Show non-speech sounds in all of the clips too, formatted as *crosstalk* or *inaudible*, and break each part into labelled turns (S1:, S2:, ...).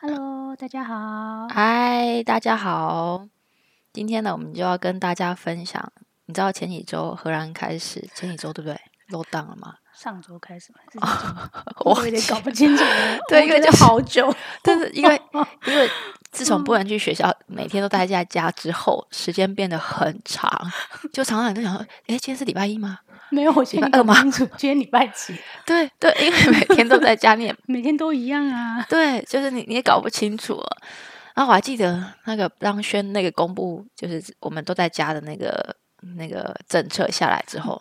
S1: Hello，大家好。
S2: 嗨，大家好！今天呢，我们就要跟大家分享，你知道前几周荷兰开始，前几周对不对？low down 了吗？
S1: 上周开始吗？还是这周吗
S2: *laughs* 我。
S1: 我有点搞不清楚了
S2: 对
S1: 我
S2: 因为
S1: 觉
S2: 就
S1: 得好久。
S2: 但是因为因为自从不能去学校，每天都待在家之后，时间变得很长，就常常就想说，哎，今天是礼拜一吗？
S1: *laughs* 没有，我现在
S2: 礼拜
S1: 搞
S2: 二
S1: 不
S2: 吗
S1: 清楚。今天礼拜几？
S2: 对对，因为每天都在家，你也
S1: 每天都一样啊。
S2: 对，就是你你也搞不清楚了。然后我还记得那个让轩那个公布，就是我们都在家的那个那个政策下来
S1: *laughs*
S2: 之后，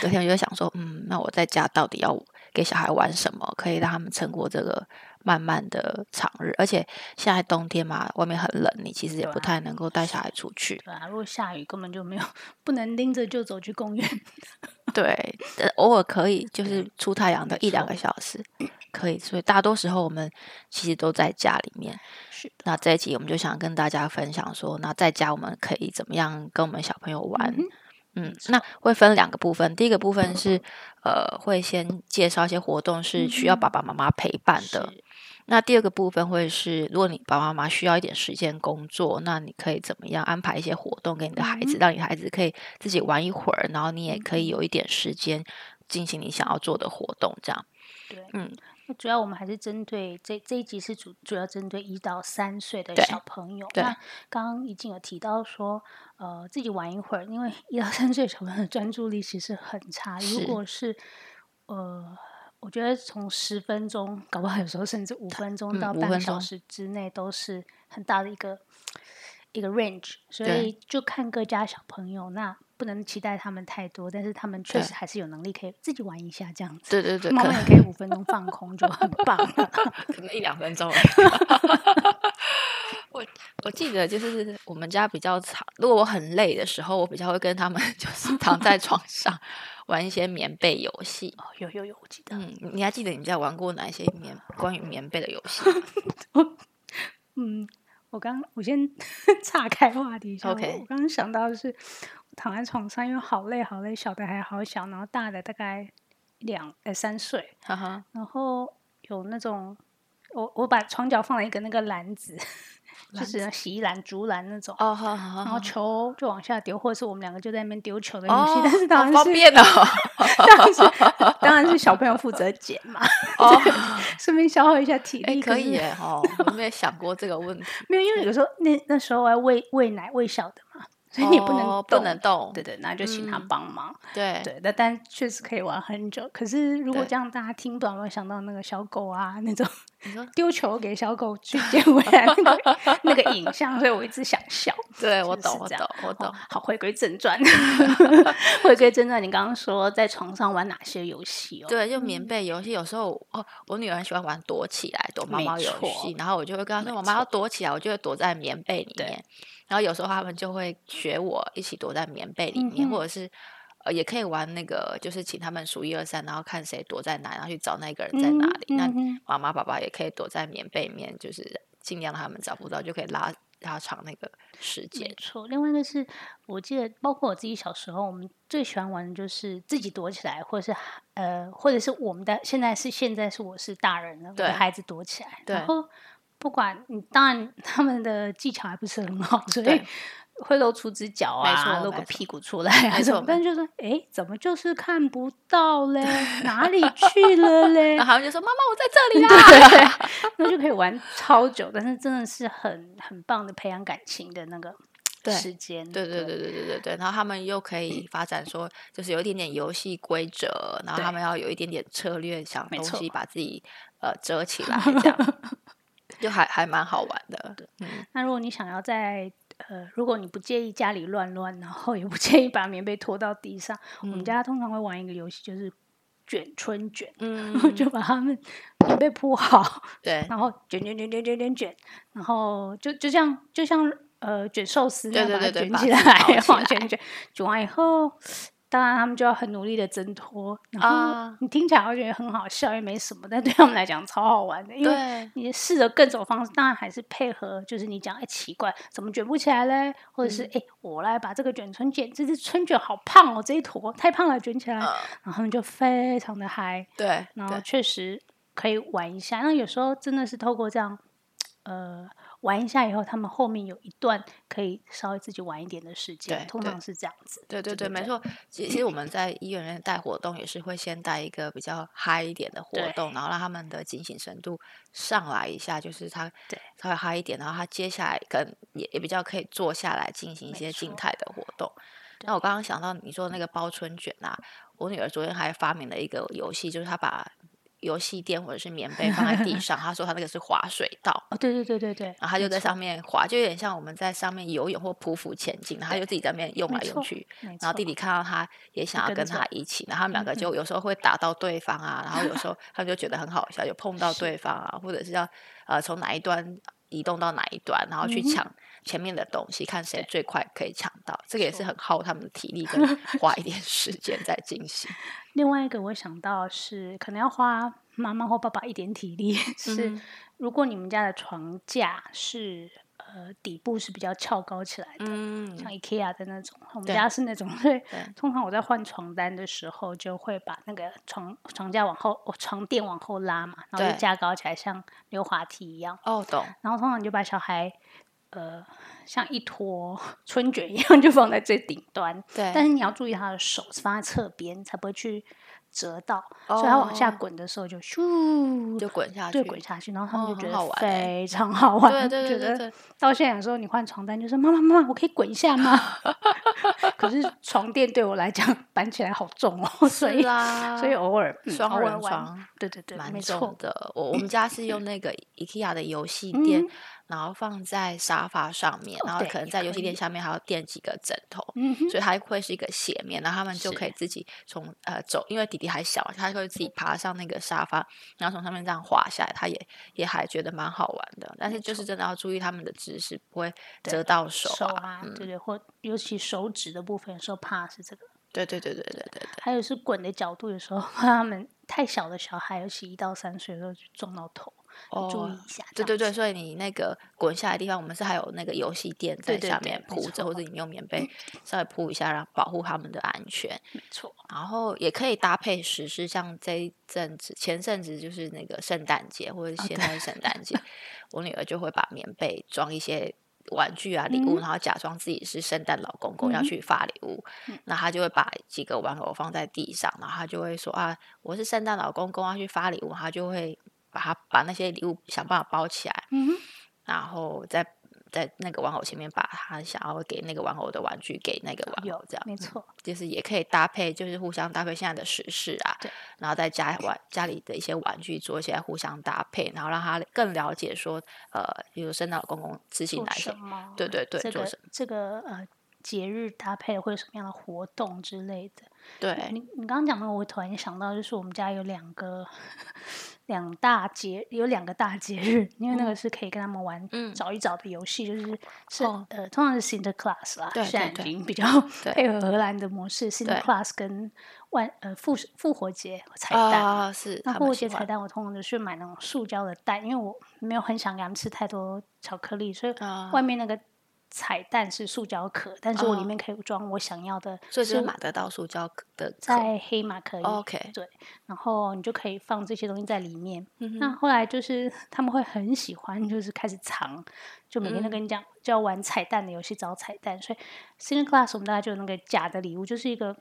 S2: 隔天我就在想说，嗯，那我在家到底要给小孩玩什么，可以让他们撑过这个漫漫的长日？而且现在冬天嘛，外面很冷，你其实也
S1: 对
S2: 不
S1: 啊
S2: 太能够带小孩出去。
S1: 对啊，如果下雨根本就没有，不能拎着就走去公园。 *laughs*
S2: 对，呃偶尔可以，就是出太阳的一两个小时，可以。所以大多时候我们其实都在家里面。
S1: 是的。
S2: 那这一集我们就想跟大家分享说，那在家我们可以怎么样跟我们小朋友玩？
S1: 嗯
S2: 嗯那会分两个部分，第一个部分是呃，会先介绍一些活动是需要
S1: 嗯
S2: 爸爸妈妈陪伴的。
S1: 是
S2: 那第二个部分会是，如果你爸爸妈妈需要一点时间工作，那你可以怎么样安排一些活动给你的孩子，让你孩子可以自己玩一会儿，然后你也可以有一点时间进行你想要做的活动，这样。
S1: 对，
S2: 嗯，
S1: 那主要我们还是针对这这一集是主主要针对一到三岁的
S2: 对
S1: 小朋友。
S2: 对
S1: 那刚刚已经有提到说，呃，自己玩一会儿，因为一到三岁小朋友的专注力其实很差。如
S2: 是
S1: 果是呃，我觉得从十分钟，搞不好有时候甚至五分钟
S2: 嗯
S1: 到半
S2: 5
S1: 个
S2: 分
S1: 小
S2: 钟
S1: 时之内都是很大的一个一个 range，所
S2: 对
S1: 以就看各家小朋友那。不能期待他们太多，但是他们确
S2: 对
S1: 实还是有能力可以自己玩一下这样子。
S2: 对对对，
S1: 妈
S2: 可
S1: 妈
S2: 能哦
S1: 也可以五分钟放空，就
S2: *laughs*
S1: 很棒了。
S2: 可能一两分钟而已。我我记得就是我们家比较长，如果我很累的时候，我比较会跟他们 *laughs* 就是躺在床 *laughs* 上玩一些棉被游戏。
S1: 哦，有有有，我记得、
S2: 嗯，你还记得你们家玩过哪些棉关于棉被的游戏？
S1: 嗯我刚我先 *laughs* 岔开话题一下。我
S2: OK
S1: 我刚刚想到的是，我躺在床上，因为好累好累，小的还好小，然后大的大概两呃三岁，
S2: 哈哈，
S1: 然后有那种我我把床脚放了一个那个篮子，就是那洗衣篮、竹篮那种。
S2: 哦，好好
S1: 然
S2: 好
S1: 后。球就往下丢，或者是我们两个就在那边丢球的游戏，
S2: 哦，
S1: 但是当
S2: 好
S1: 然
S2: 方
S1: 是
S2: 便哦。
S1: *laughs*
S2: *laughs*
S1: 当然是当然是小朋友负责捡嘛， *laughs*
S2: 哦，
S1: 顺便消耗一下体
S2: 哎，
S1: 力。
S2: 可
S1: 是
S2: 以耶哦，我没有想过这个问题。
S1: 没有，因为有时候那那时候还喂喂奶喂小的嘛， *laughs* 所以你也不能动、
S2: 哦不能动，
S1: 对对，那就请他
S2: 嗯
S1: 帮忙。
S2: 对
S1: 对，那但确实可以玩很久。可是如果
S2: 对
S1: 这样大家听不懂，会想到那个小狗啊那种
S2: 你说
S1: 丢球给小狗去捡回来那
S2: *laughs*
S1: 个那个影像，所以我一直想笑。
S2: 对，我
S1: 是
S2: 懂，我
S1: 这
S2: 懂
S1: 样，
S2: 我
S1: 哦
S2: 懂。
S1: 好，回归正
S2: *laughs*
S1: 传，回归正传。你刚刚说在床上玩哪些游戏哦？
S2: 对，就棉被游戏，有时候哦，我女儿很喜欢玩躲起来、躲猫
S1: 没
S2: 猫游
S1: 错
S2: 戏，然后我就会跟她
S1: 没
S2: 说：“妈妈要躲起来。”我就会躲在棉被里
S1: 对
S2: 面。然后有时候他们就会学我一起躲在棉被里面，
S1: 嗯哼
S2: 或者是呃，也可以玩那个，就是请他们数一二三，然后看谁躲在哪，然后去找那个人在哪里。
S1: 嗯
S2: 那
S1: 嗯哼
S2: 妈妈、爸爸也可以躲在棉被里面，就是尽量让他们找不到，就可以拉拉长那个时
S1: 没
S2: 间。
S1: 错，另外一个是我记得，包括我自己小时候，我们最喜欢玩的就是自己躲起来，或者是呃，或者是我们的现在是现在是我是大人了，我的
S2: 对
S1: 孩子躲起来，然
S2: 对
S1: 后不管你当然他们的技巧还不是很好，所以
S2: 对
S1: 会露出只脚
S2: 没
S1: 啊，
S2: 错
S1: 露个
S2: 没错
S1: 屁股出来啊
S2: 没
S1: 什
S2: 错
S1: 么，但就说哎，怎么就是看不到嘞？哪里去了嘞
S2: *laughs* 然？后他们就说：“妈妈，我在这里啊啦。”
S1: 对， *laughs* 那就可以玩超久，但是真的是很很棒的培养感情的那个
S2: 对
S1: 时间。
S2: 对对对对对对对，然后他们又可以发展说，就是有一点点游戏规则，然后他
S1: 对
S2: 们要有一点点策略，想
S1: 没
S2: 东
S1: 错
S2: 西把自己呃遮起来，这样
S1: *laughs*
S2: 就还还蛮好玩的。嗯，
S1: 那如果你想要在呃，如果你不介意家里乱乱，然后也不介意把棉被拖到地上，我们
S2: 嗯
S1: 家通常会玩一个游戏，就是卷春卷，
S2: 嗯，
S1: *laughs* 就把它们棉被铺好，
S2: 对
S1: 然后卷卷卷卷卷卷卷，然后就就像就像呃卷寿司那样
S2: 对
S1: 把它
S2: 对对对
S1: 卷
S2: 把
S1: 起
S2: 它
S1: 来，
S2: 包起
S1: 往前卷，卷完以后。当然，他们就要很努力的挣脱。然后
S2: 啊
S1: 你听起来会觉得很好笑，也没什么，但对他们来讲超好玩的， *laughs* 因为
S2: 对
S1: 你试着各种方式，当然还是配合，就是你讲，哎、奇怪，怎么卷不起来嘞？或者是，
S2: 嗯
S1: 哎、我来把这个卷春卷，这只春卷好胖哦，这一坨太胖了，卷起来，
S2: 嗯
S1: 然后他们就非常的嗨，
S2: 对
S1: 然后
S2: 对
S1: 确实可以玩一下。那有时候真的是透过这样呃玩一下以后，他们后面有一段可以稍微自己玩一点的时间，
S2: 对
S1: 通
S2: 对
S1: 常是这样子。
S2: 对对
S1: 对
S2: 对，
S1: 对
S2: 没错。其其实我们在医院里面带活动，也是会先带一个比较嗨一点的活
S1: 对
S2: 动，然后让他们的警醒程度上来一下，就是他
S1: 对
S2: 稍微嗨一点，然后他接下来跟也也比较可以坐下来进行一
S1: 没
S2: 些静
S1: 错
S2: 态的活动。那我刚刚想到你说那个包春卷啊，我女儿昨天还发明了一个游戏，就是她把游戏垫或者是棉被放在地
S1: *laughs*
S2: 上，她说她那个是滑水道。
S1: 哦，对对对对对，
S2: 然后他就
S1: 没
S2: 在
S1: 错
S2: 上面滑，就有点像我们在上面游泳或匍匐前进，然后他就自己在那边用
S1: 没
S2: 来用
S1: 错
S2: 去。
S1: 没
S2: 然后
S1: 错
S2: 弟弟看到他也想要
S1: 跟
S2: 跟
S1: 着嗯
S2: 他一起，然后他们两个就有时候会打到对方啊，然后有时候他们就觉得很好笑，就碰到
S1: 是
S2: 对方啊，或者是要呃从哪一端移动到哪一端，然后去
S1: 嗯哼
S2: 抢前面的东西，看谁最快可以抢到。这个也是
S1: 错
S2: 很耗他们的体
S1: *laughs*
S2: 力跟花一点时间在进行。
S1: 另外一个我想到是，可能要花妈妈或爸爸一点体力， *laughs* 是、
S2: 嗯
S1: 如果你们家的床架是呃底部是比较翘高起来的，
S2: 嗯
S1: 像 IKEA 的那种，我们
S2: 对
S1: 家是那种，所以
S2: 对
S1: 通常我在换床单的时候，就会把那个床床架往后，哦床垫往后拉嘛，然后
S2: 对
S1: 就架高起来，像溜滑梯一样。
S2: 哦，懂。
S1: 然后通常就把小孩，呃，像一坨春卷一样，就放在最顶端。
S2: 对，
S1: 但是你要注意他的手是放在侧边，才不会去折到，所以他往下
S2: 哦
S1: 滚的时候就咻，
S2: 就滚下去
S1: 对，。滚下去，然后他
S2: 哦
S1: 们就
S2: 很
S1: 觉
S2: 好
S1: 得
S2: 玩欸
S1: 非常好玩，
S2: 对对对
S1: 觉
S2: 对
S1: 得
S2: 对，
S1: 到现在有时候你换床单，就说妈妈妈妈，我可以滚一下吗？ *laughs* 可是床垫对我来讲搬起来好重哦，所以、
S2: 是啊，
S1: 所以偶尔、嗯、
S2: 双
S1: 偶尔玩
S2: 人床，
S1: 对对对，
S2: 蛮
S1: 没
S2: 重
S1: 错，嗯
S2: 的。我我们家是用
S1: *laughs*
S2: 那个 IKEA 的游戏垫，然后放在沙发上面，
S1: 哦
S2: 然后
S1: 对
S2: 可能
S1: 也
S2: 在游
S1: 可
S2: 戏垫
S1: 以
S2: 下面还要垫几个枕头。
S1: 嗯哼，
S2: 所以它会是一个斜面，然后他们就是可以自己从呃走，因为弟弟还小，他会自己爬上那个沙发，然后从上面这样滑下来，他也也还觉得蛮好玩的。但是就是真的要注意他们的姿势，不会
S1: 对
S2: 折到手
S1: 手
S2: 啊。
S1: 啊，对对，或尤其手指的部分，有时候怕是这个，
S2: 对对对对对对对，
S1: 还有是滚的角度，有时候他们太小的小孩，尤其一到三岁的时候就撞到头，要注
S2: 哦
S1: 意一下。
S2: 对
S1: 这
S2: 对
S1: 样子，
S2: 对，所以你那个滚下来的地方，我们是还有那个游戏垫在
S1: 对对
S2: 下
S1: 对
S2: 面
S1: 没
S2: 铺着，
S1: 错
S2: 或者你用棉被稍微铺一下，然后保护他们的安全。
S1: 没错，
S2: 然后也可以搭配实施，像这一阵子前阵子就是那个圣诞节或
S1: 啊
S2: 者现在是圣诞节，
S1: *laughs*
S2: 我女儿就会把棉被装一些。玩具啊，礼
S1: 嗯
S2: 物，然后假装自己是圣诞老公公、要去发礼物，
S1: 嗯
S2: 那她就会把几个玩偶放在地上，然后她就会说啊，我是圣诞老公公要去发礼物，她就会把它把那些礼物想办法包起来，
S1: 嗯哼，
S2: 然后在在那个玩偶前面把他想要给那个玩偶的玩具给那个玩
S1: 有
S2: 偶，这样
S1: 没错，
S2: 就是也可以搭配，就是互相搭配现在的时事啊
S1: 对，
S2: 然后再加玩家里的一些玩具做一些互相搭配，然后让他更了解说，呃，比如圣诞老公公执行
S1: 做
S2: 哪些
S1: 什，么？
S2: 对对对，
S1: 这
S2: 做
S1: 个
S2: 什么，
S1: 这个呃节日搭配了会有什么样的活动之类的。
S2: 对
S1: 你你刚刚讲的，我突然想到，就是我们家有两个两大节，有两个大节日，因为那个是可以跟他们玩、
S2: 嗯
S1: 找一找的游戏，就是是、
S2: 哦
S1: 呃，通常是 Sinterklaas 啦，
S2: 对
S1: 现在
S2: 对
S1: 已
S2: 对
S1: 经比较
S2: 对
S1: 配合荷兰的模式，Sinterklaas 跟万呃复复活节彩蛋。
S2: 啊，是
S1: 那
S2: 他
S1: 复
S2: 们
S1: 活
S2: 喜
S1: 节彩
S2: 欢，
S1: 蛋，我通常都是买那种塑胶的蛋，因为我没有很想给他们吃太多巧克力，所以
S2: 啊
S1: 外面那个彩蛋是塑胶壳，但是我里
S2: 哦
S1: 面可以装我想要的，
S2: 所以就是
S1: 是
S2: 买得到塑胶的壳
S1: 在黑马可以。
S2: ，OK，
S1: 对，然后你就可以放这些东西在里面。
S2: 嗯
S1: 那
S2: 哼
S1: 后来就是他们会很喜欢，就是开始藏，就每天
S2: 嗯
S1: 都跟你讲、就要玩彩蛋的游戏找彩蛋。所以 s i n e Class 我们大家就有那个假的礼物，就是一个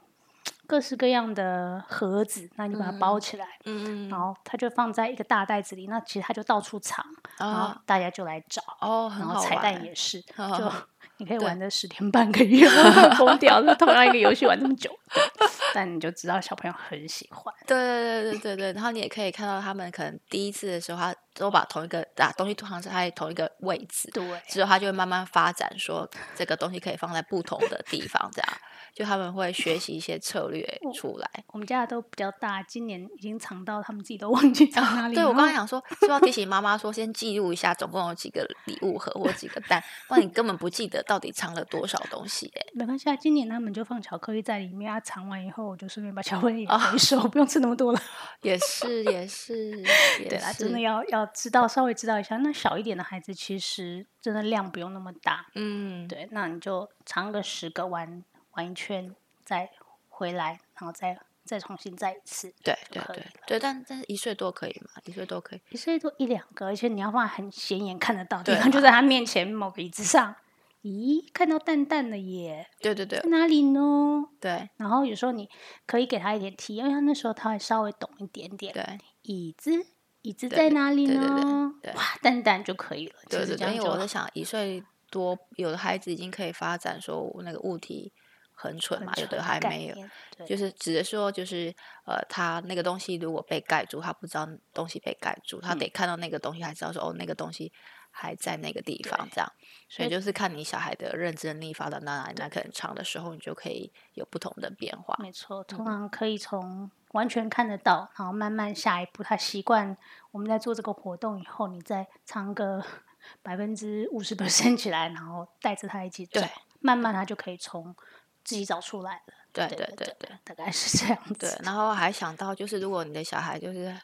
S1: 各式各样的盒子，那你把它包起来，
S2: 嗯
S1: 然后它就放在一个大袋子里。那其实它就到处藏，
S2: 嗯
S1: 然后
S2: 啊
S1: 大家就来找，
S2: 哦，很
S1: 然
S2: 好
S1: 后彩
S2: 玩
S1: 蛋
S2: 欸
S1: 也是，
S2: 好好
S1: 就
S2: 好
S1: 你可以
S2: 对
S1: 玩的十天半个月， *laughs* 疯掉。那同样一个游戏玩这么久， *laughs* 对但你就知道小朋友很喜欢。
S2: 对对对对对对，然后你也可以看到他们可能第一次的时候，他都把同一个啊东西放在同一个位置，
S1: 对，
S2: 之后他就会慢慢发展，说这个东西可以放在不同的地方，这样就他们会学习一些策略出来。
S1: 我们家的都比较大，今年已经藏到他们自己都忘记藏哪里。
S2: 哦对我
S1: 然
S2: 刚
S1: 后
S2: 刚想说，是不是要提醒妈妈说，先记录一下总共有几个礼物盒或几个蛋，不然你根本不记得到底藏了多少东西、欸。
S1: 没关系啊，今年他们就放巧克力在里面啊，藏完以后我就顺便把巧克力也
S2: 哦
S1: 回收，不用吃那么多了。
S2: 也是也 *laughs* 是也
S1: 对啦，
S2: 是，
S1: 真的要要知道稍微知道一下。那小一点的孩子其实真的量不用那么大，
S2: 嗯，
S1: 对，那你就藏个十个玩玩一圈，再回来，然后再再重新再一次。
S2: 对
S1: 就
S2: 对
S1: 可以
S2: 对对，但但是一岁多可以嘛？一岁多可以。
S1: 一岁多一两个，而且你要放在很显眼看得到的地
S2: 对
S1: 方，就
S2: 嘛
S1: 在他面前某个椅子上。咦，看到蛋蛋了耶，
S2: 对对对
S1: 在哪里呢？
S2: 对
S1: 然后有时候你可以给他一点题，因为他那时候他还稍微懂一点点。
S2: 对
S1: 椅子，椅子
S2: 对
S1: 在
S2: 对
S1: 哪里
S2: 对对对
S1: 呢？
S2: 对
S1: 哇，蛋蛋就可以了。其
S2: 对
S1: 实
S2: 对
S1: 这
S2: 对，
S1: 样
S2: 因
S1: 就
S2: 为我
S1: 好
S2: 在想，一岁多有的孩子已经可以发展说那个物体很蠢
S1: 很
S2: 嘛，有
S1: 蠢
S2: 的
S1: 的
S2: 还
S1: 概
S2: 没有。
S1: 念。对，
S2: 就是只是说，就是呃，他那个东西如果被盖住，他不知道东西被盖住，他
S1: 嗯
S2: 得看到那个东西，还知道说哦，那个东西还在那个地方这样。所以
S1: 所
S2: 就是看你小孩的认知能力发展到哪里，那可能长的时候你就可以有不同的变化。
S1: 没错，通常可以从完全看得到，然后慢慢下一步，他习惯我们在做这个活动以后，你再唱个 *laughs* 百分之五十 percent 起来，然后带着他一起走
S2: 对，
S1: 慢慢他就可以从自己找出来了。
S2: 对
S1: 对
S2: 对对对
S1: 对，大概是这样子。
S2: 对，然后还想到就是，如果你的小孩就是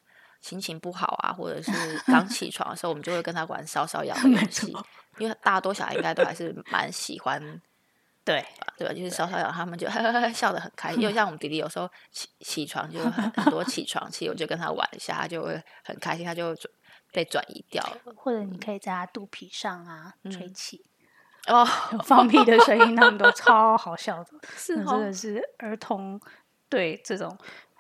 S2: 心情不好啊，或者是刚起床的时候，我们就会跟他玩
S1: *laughs*
S2: 烧烧痒的
S1: 没
S2: 游戏
S1: 错，
S2: 因为大多小孩应该都还是蛮喜欢
S1: 对
S2: 吧，对吧？就是烧烧痒，他们就 *laughs* 笑得很开心。因为像我们弟弟有时候起起床就很很多起床气，我就跟他玩一下，他就会很开心，他就会转被转移掉了。
S1: 或者你可以在他肚皮上啊吹气，
S2: 哦，
S1: *laughs* 放屁的声音，他 *laughs* 们都超好笑的。
S2: 是哦
S1: 那真的是哦儿童对这种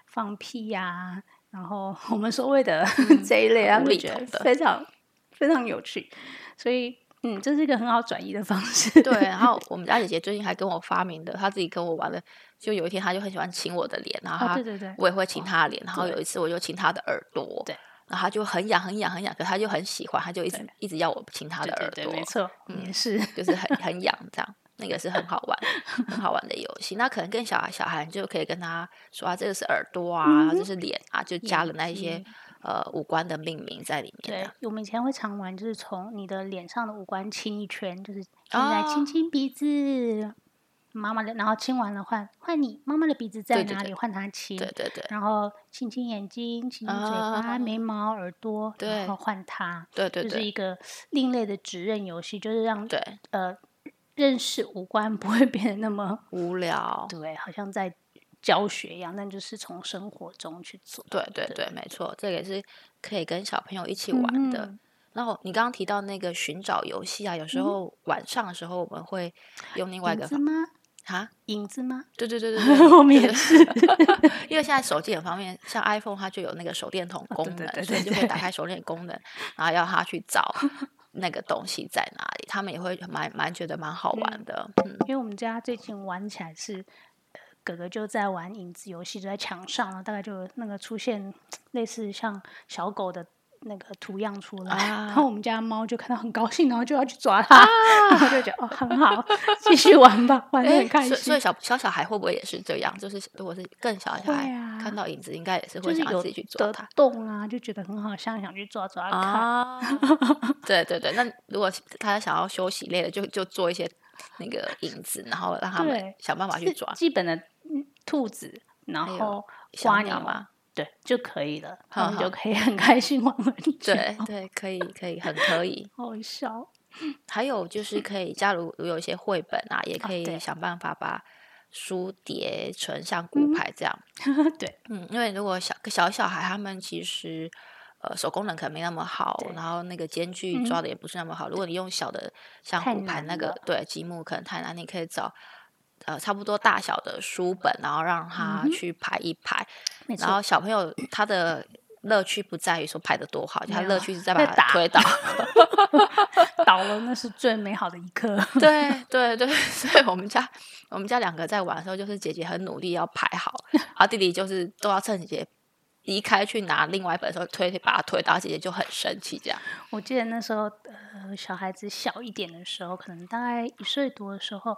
S1: 放屁呀、然后我们所谓的 *laughs* 这一类，他
S2: 无
S1: 们
S2: 厘
S1: 觉
S2: 头
S1: 得
S2: 的
S1: 非常非常有趣，所以嗯，这是一个很好转移的方式。
S2: 对，然后我们家姐姐最近还跟我发明的，她自己跟我玩的，就有一天她就很喜欢亲我的脸，然后
S1: 啊，
S2: 她、
S1: 对对对，
S2: 我也会亲她的脸，然后
S1: 对
S2: 有一次我就亲她的耳朵，
S1: 对，
S2: 然后她就很痒很痒很痒，可她就很喜欢，她就一直
S1: 对
S2: 一直要我亲她
S1: 对
S2: 的
S1: 对
S2: 耳
S1: 对，
S2: 朵，
S1: 没错，也是
S2: 就是很很痒这样。那个是很好玩、很好玩的游戏。那可能跟小孩小孩，你就可以跟他说啊，这个是耳朵
S1: 嗯
S2: 啊，这是脸啊，就加了那一些
S1: 睛
S2: 呃五官的命名在里面
S1: 对
S2: 啊。。
S1: 我们以前会常玩，就是从你的脸上的五官亲一圈，就是现在亲亲鼻子。妈妈的，然后亲完了换换你，妈妈的鼻子在
S2: 对对
S1: 哪
S2: 对
S1: 里？换她亲，
S2: 对对对
S1: 然后亲亲眼睛，亲亲嘴巴、
S2: 啊
S1: 眉毛、耳朵，然
S2: 对
S1: 后换它，
S2: 对对
S1: 就是
S2: 对
S1: 一个另类的指认游戏，就是让
S2: 对，
S1: 呃认识五官不会变得那么
S2: 无聊。
S1: 对，好像在教学一样，但就是从生活中去做
S2: 对对对，没错，这个也是可以跟小朋友一起玩的。
S1: 嗯
S2: 然后你刚刚提到那个寻找游戏啊，有时候晚上的时候我们会用另外一
S1: 影
S2: 个
S1: 子
S2: 方
S1: 吗？
S2: 啊，
S1: 影子吗？ *laughs*
S2: 对对对对对，
S1: 我们也是，
S2: *laughs* 因为现在手机很方便，像 iPhone 它就有那个手电筒功
S1: 啊对
S2: 能，
S1: 对对
S2: 所以
S1: 对
S2: 就可以
S1: 对
S2: 打开手电功能，然后要他去
S1: *laughs*
S2: 找那个东西在哪里，他们也会蛮蛮觉得蛮好玩的。嗯，
S1: 因为我们家最近玩起来是。呃哥哥就在玩影子游戏，就在墙上然后大概就有那个出现类似像小狗的那个图样出来，
S2: 啊
S1: 然后我们家猫就看到很高兴，然后就要去抓它，然后就觉得哦很好， *laughs* 继续玩吧，玩的
S2: 哎
S1: 很开
S2: 所以所
S1: 心
S2: 以。小小小孩会不会也是这样？就是如果是更小的小
S1: 会
S2: 孩、
S1: 啊
S2: 看到影子，应该也是
S1: 就
S2: 会
S1: 是
S2: 想要
S1: 有
S2: 自己去
S1: 得
S2: 做它。
S1: 动啊，就觉得很好，像想去抓抓看。
S2: 啊，
S1: *laughs*
S2: 对对对，那如果他想要休息累了，就就做一些那个引子，然后让他们
S1: 对
S2: 想办法去
S1: 是
S2: 抓
S1: 基本的嗯兔子，然
S2: 还有
S1: 后
S2: 小
S1: 花
S2: 鸟啊
S1: 鸟，
S2: 嘛。
S1: 对就可以了，
S2: 好
S1: 他们就
S2: 好
S1: 可以很开心玩玩具。
S2: 对
S1: 哦
S2: 对，可以可以，很可以。
S1: 好
S2: *laughs*
S1: 笑。
S2: 还有就是可以，假如有一些绘本啊，也
S1: 啊
S2: 可以
S1: 对
S2: 想办法把书叠成像
S1: 嗯
S2: 骨牌这样。
S1: 对，
S2: 嗯，因为如果小小小孩他们其实呃手功能可能没那么好
S1: 对，嗯
S2: 然后那个间距抓的也不是那么好。如果你用小的像
S1: 太
S2: 骨牌
S1: 难
S2: 那个
S1: 了
S2: 对积木可能太难，你可以找呃差不多大小的书本，然后让他去排一排。
S1: 嗯没
S2: 然
S1: 错
S2: 后，小朋友他的乐趣不在于说排的多好，就他
S1: 没有
S2: 乐趣是在
S1: 在
S2: 把它
S1: 打
S2: 推倒。
S1: *laughs* 倒了那是最美好的一刻。 *laughs*
S2: 对对 *laughs* 对，所以我们家我们家两个在玩的时候，就是姐姐很努力要排好，然后弟弟就是都要趁姐姐离开去拿另外一本的时候推把他推倒，姐姐就很生气这样。
S1: 我记得那时候，呃，小孩子小一点的时候，可能大概一岁多的时候，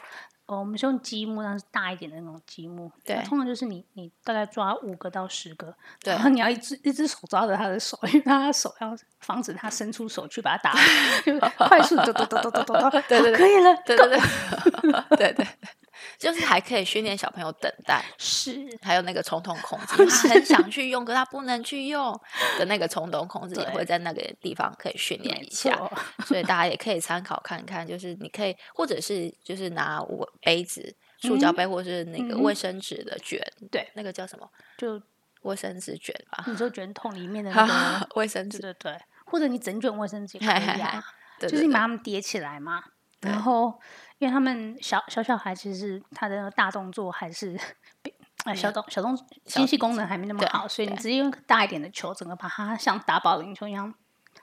S1: 呃我们是用积木，但是大一点的那种积木。那
S2: 对
S1: 通常就是你你大概抓五个到十个，
S2: 对
S1: 然后你要一只一只手抓着他的手，因为他的手要防止他伸出手去把
S2: *laughs*
S1: 他打死，就是快速咚咚咚咚咚咚咚，
S2: 对对
S1: 好哦可以了，
S2: 对对对 *laughs* 对对，就是还可以训练小朋友等待，
S1: 是。
S2: 还有那个冲动控制，他很想去用，可他不能去用的那个冲动控制，也
S1: 对
S2: 会在那个地方可以训练
S1: 没
S2: 一下。
S1: 错，
S2: 所以大家也可以参考看看，就是你可以，或者是就是拿我杯子，塑胶杯或是那个
S1: 嗯
S2: 卫生纸的卷，
S1: 对，嗯
S2: 那个叫什么
S1: 就
S2: 卫生纸卷吧，
S1: 你就卷筒里面的那
S2: *laughs*
S1: 个，
S2: 卫生
S1: *laughs* 对
S2: 纸，
S1: 对对，或者你整卷卫生纸也可
S2: 嗨
S1: 以
S2: *laughs* 嗨
S1: 啊
S2: 嗨，，对
S1: 就是
S2: 对
S1: 你把
S2: 对
S1: 它们叠起来嘛。然
S2: 对
S1: 后，因为他们小小小孩，其实他的大动作还是比啊、小动小动心细功能还没那么
S2: 对
S1: 好，所以你
S2: 对
S1: 直接用个大一点的球，整个把它像打保龄球一样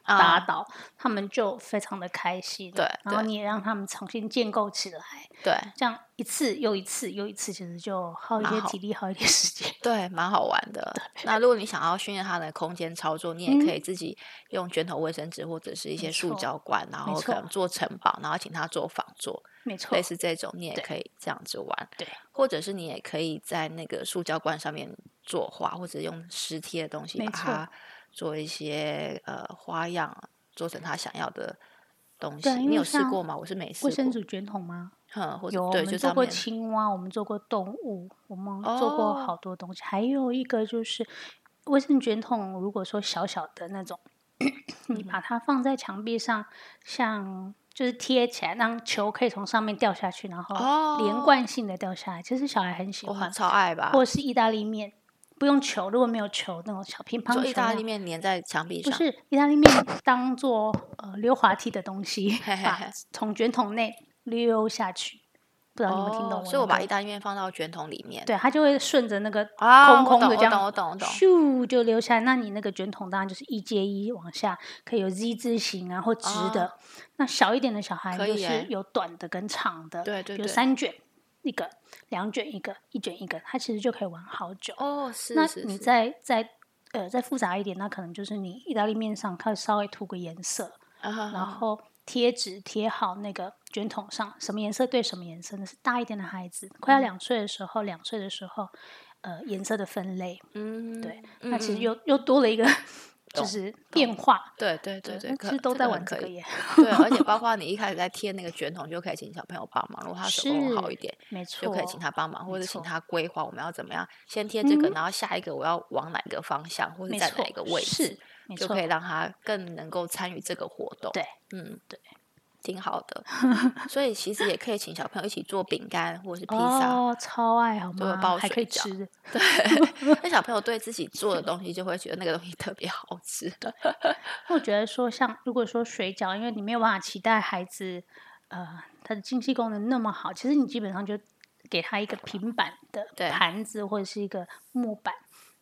S1: 打
S2: 啊，
S1: 倒，他们就非常的开心。
S2: 对
S1: 然后
S2: 对
S1: 你也让他们重新建构起来，
S2: 对
S1: 这样一次又一次又一次，其实就耗一
S2: 蛮
S1: 些
S2: 好
S1: 体力，耗一些时间。
S2: 对，蛮好玩的。那如果你想要训练它的空间操作，你也可以自己用卷筒卫生纸或者是一些
S1: 嗯没
S2: 塑
S1: 错
S2: 胶罐，然
S1: 没
S2: 后可
S1: 错
S2: 能做城堡，然后请它做仿做，
S1: 没错
S2: *laughs* 类，似这种，你也
S1: 对
S2: 可以这样子玩。
S1: 对，
S2: 或者是你也可以在那个塑胶罐上面作画，或者用实贴的东西
S1: 没
S2: 把
S1: 错
S2: 它做一些呃花样，做成他想要的东西
S1: 对啊。因
S2: 你
S1: 为
S2: 有试
S1: 像
S2: 过吗？我是没试
S1: 卫生
S2: 过。
S1: 纸卷筒吗？
S2: 嗯，或者
S1: 有，我
S2: 对，就
S1: 们做
S2: 上
S1: 过
S2: 面
S1: 青蛙，我们做过动物，我们做过
S2: 哦
S1: 好多东西。还有一个就是卫生卷筒，如果说小小的那种，你
S2: 嗯
S1: 把它放在墙壁上，像就是贴起来，让球可以从上面掉下去，然后连
S2: 哦
S1: 贯性的掉下来。其实小孩很喜
S2: 我很
S1: 欢，
S2: 超爱吧。
S1: 或者是意大利面，不用球，如果没有球那种小乒乓球
S2: 做
S1: 那
S2: 意大利
S1: 样。
S2: 面粘在墙壁
S1: 不
S2: 上，
S1: 是意大利面当做呃溜滑梯的东西，
S2: 嘿嘿
S1: 把
S2: 嘿
S1: 从卷筒内溜下去。不知道你们听懂我、
S2: 哦，所以我把意大利面放到卷筒里面。
S1: 对，它就会顺着那个
S2: 啊，
S1: 空
S2: 我
S1: 空
S2: 懂
S1: 的这样
S2: 我懂，我懂，我懂。
S1: 咻就流下来。那你那个卷筒当然就是一接一往下，可以有 Z 字形啊或直的。那小一点的小孩
S2: 哦可
S1: 就
S2: 以
S1: 是
S2: 欸
S1: 有短的跟长的，
S2: 对对
S1: 有
S2: 对
S1: 三卷一个，两卷一个，一卷一个，它其实就可以玩好久。
S2: 哦，是
S1: 那
S2: 是
S1: 你
S2: 是，
S1: 再再呃再复杂一点，那可能就是你意大利面上可以稍微涂个颜色，
S2: 然
S1: 然后贴纸贴好那个卷筒上，什么颜色对什么颜色。那是大一点的孩子，快要
S2: 嗯
S1: 两岁的时候，两岁的时候，呃，颜色的分类，
S2: 嗯，
S1: 对
S2: 嗯，
S1: 那其实
S2: 嗯
S1: 又又多了一个就
S2: 懂
S1: 是变化。
S2: 对对对对，
S1: 那
S2: 可
S1: 其实都
S2: 这
S1: 在
S2: 个
S1: 玩
S2: 可
S1: 这个
S2: 以
S1: 耶，
S2: 对，而
S1: *laughs*
S2: 且包括你一开始在贴那个卷筒，就可以请小朋友帮忙。如果他手工好
S1: 是
S2: 一点，
S1: 没错，
S2: 就可以请他帮忙，
S1: 没
S2: 或者请
S1: 错
S2: 他规划我们要怎么样，先贴这个，
S1: 嗯
S2: 然后下一个我要往哪个方向，或者
S1: 没
S2: 在哪
S1: 错
S2: 一个位
S1: 是
S2: 置，
S1: 没
S2: 就
S1: 错
S2: 可以，让他更能够参与这个活动。
S1: 对，
S2: 嗯，
S1: 对，
S2: 挺好的。所以其实也可以请小朋友一起做饼干或者是披萨，
S1: 哦，超爱好
S2: 对
S1: 吗？
S2: 包
S1: 还可
S2: 水
S1: 以
S2: 饺
S1: 吃，
S2: 那小朋友对自己做的东西就会觉得那个东西特别好
S1: *laughs*
S2: 吃。对，
S1: 那我觉得说像，如果说水饺，因为你没有办法期待孩子，呃，他的经济功能那么好，其实你基本上就给他一个平板的
S2: 对
S1: 盘子或者是一个木板，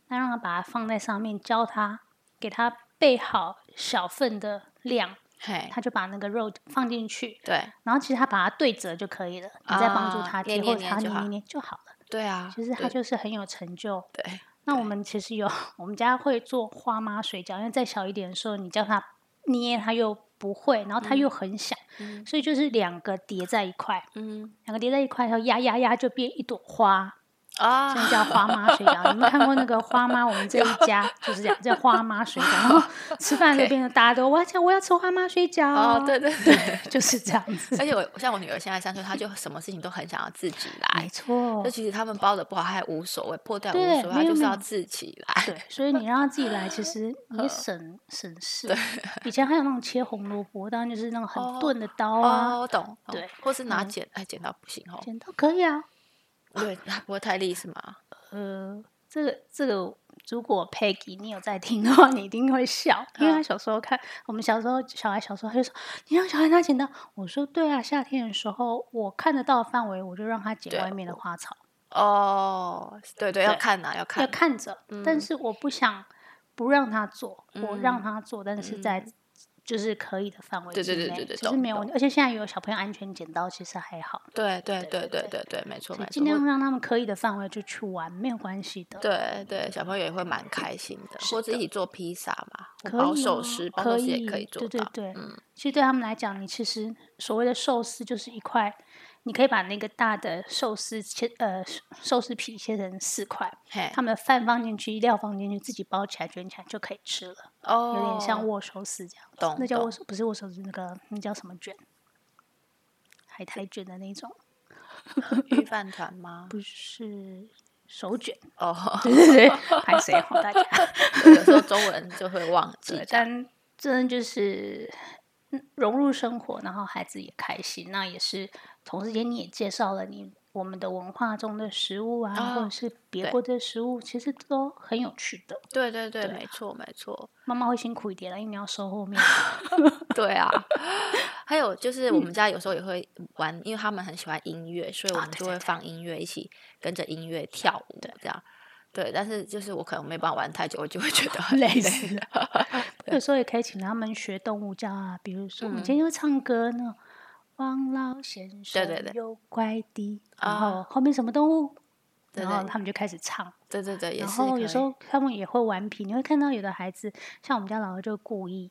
S1: 那让他把它放在上面，教他给他备好小份的量，
S2: 嘿，
S1: 他就把那个肉放进去，
S2: 对，
S1: 然后其实他把它对折就可以了，你再帮助
S2: 啊
S1: 他贴
S2: 捏
S1: 或
S2: 捏
S1: 者
S2: 捏
S1: 他
S2: 就
S1: 捏
S2: 好
S1: 捏捏就好了。
S2: 对啊，
S1: 其实他
S2: 对
S1: 就是很有成就，
S2: 对。
S1: 那我们其实有，我们家会做花妈水饺，因为再小一点的时候，你叫他捏，他又不会，然后他又很小，
S2: 嗯
S1: 所以就是两个叠在一块，
S2: 嗯
S1: 两个叠在一块，然后压压压就变一朵花，
S2: 啊
S1: 这样叫花妈水饺。你们看过那个花妈？我们这一家就是这样叫花妈水饺。然后
S2: *laughs*
S1: 吃饭就
S2: OK
S1: 变成大家都我要讲我要吃花妈水饺，
S2: 哦，对对
S1: *laughs*
S2: 对，
S1: 就是这样 *laughs* 子，
S2: 而且我像我女儿现在三岁，她就什么事情都很想要自己
S1: 没
S2: 来。
S1: 错
S2: 哎就。其实他们包的不好，她还无所谓，破掉
S1: 对
S2: 无所谓，她
S1: 没有
S2: 就是
S1: 没
S2: 要
S1: 有
S2: 自己来。
S1: 对，哎所以你让他自己来，其
S2: *laughs*
S1: 实
S2: 嗯
S1: 你省省事。以前还有那种切红萝卜，当然就是那种很
S2: 哦
S1: 钝的刀啊，
S2: 哦，懂，懂
S1: 对嗯
S2: 或是拿剪，哎，剪刀不行哦，
S1: 剪刀可以啊。 *laughs*
S2: 对，它不会太利是吗？
S1: 呃，这个这个，如果 Peggy 你有在听的话， *laughs* 你一定会笑，因为
S2: 嗯
S1: 他小时候看我们小时候小孩小时候，他就说你让小孩拿剪刀，我说对啊，夏天的时候我看得到的范围，我就让他剪
S2: 对
S1: 外面的花草，
S2: 哦，对对，要
S1: 对
S2: 看呐，要
S1: 要
S2: 看，
S1: 看着，但
S2: 嗯
S1: 是我不想不让他做，我让
S2: 嗯
S1: 他做，但是在。就是可以的范围
S2: 对
S1: 之
S2: 对
S1: 内，
S2: 对对对
S1: 就是
S2: 懂
S1: 没有
S2: 懂
S1: 问题。而且现在有小朋友安全剪刀，其实还好，
S2: 对对
S1: 对对
S2: 对对对对，没错
S1: 所
S2: 没
S1: 以
S2: 错
S1: 尽，量
S2: 或
S1: 让他们可以的范围就去玩，没有关系的。
S2: 对对，小朋友也会蛮开心的，
S1: 是
S2: 或者
S1: 的
S2: 一起做披萨嘛，或
S1: 可
S2: 包
S1: 以
S2: 寿
S1: 哦
S2: 司，包
S1: 可
S2: 寿司
S1: 以，
S2: 也可以做
S1: 对对
S2: 到，
S1: 对，
S2: 嗯，
S1: 其实对他们来讲，你其实所谓的寿司就是一块，你可以把那个大的寿司切呃寿司皮切成四块，
S2: 嘿，
S1: 他们的饭放进去，料放进去，自己包起来卷起来就可以吃了，
S2: 哦，
S1: 有点像握寿司这样子。
S2: 懂
S1: 那叫
S2: 懂
S1: 握寿不是握寿司，那个那叫什么卷？海苔卷的那种，
S2: 御饭团吗？
S1: 不是手卷，
S2: 哦，
S1: 对对对，
S2: *laughs*
S1: 还谁好大家？
S2: 有时候中文就会忘
S1: *laughs*
S2: 记
S1: 对，
S2: 这样。
S1: 但真的就是嗯融入生活，然后孩子也开心，那也是同时间你也介绍了你我们的文化中的食物啊，或
S2: 哦
S1: 者是别
S2: 对
S1: 国的食物，其实都很有趣的。
S2: 对对对，
S1: 对啊
S2: 没错没错，
S1: 妈妈会辛苦一点了，因为你要收后
S2: *laughs*
S1: 面。
S2: 对啊。 *laughs* 还有就是
S1: 嗯
S2: 我们家有时候也会玩，因为他们很喜欢音乐，所以我
S1: 啊
S2: 们
S1: 对
S2: 就
S1: 对
S2: 会
S1: 对
S2: 放音乐，一起跟着音乐跳舞这样。对，但是就是我可能没办法玩太久，我就会觉得很
S1: 累
S2: 累
S1: 死了。有时候也可以请他们学动物叫啊，比如说我们
S2: 嗯
S1: 今天会唱歌呢，王老先生
S2: 对对
S1: 有怪的，然
S2: 啊
S1: 后后面什么动物，
S2: 对
S1: 然
S2: 对
S1: 后他们就开始唱。
S2: *laughs* 对对对，也
S1: 然
S2: 是
S1: 后
S2: 可
S1: 有
S2: 以。
S1: 时候他们也会顽皮，你会看到有的孩子，像我们家老二就故意，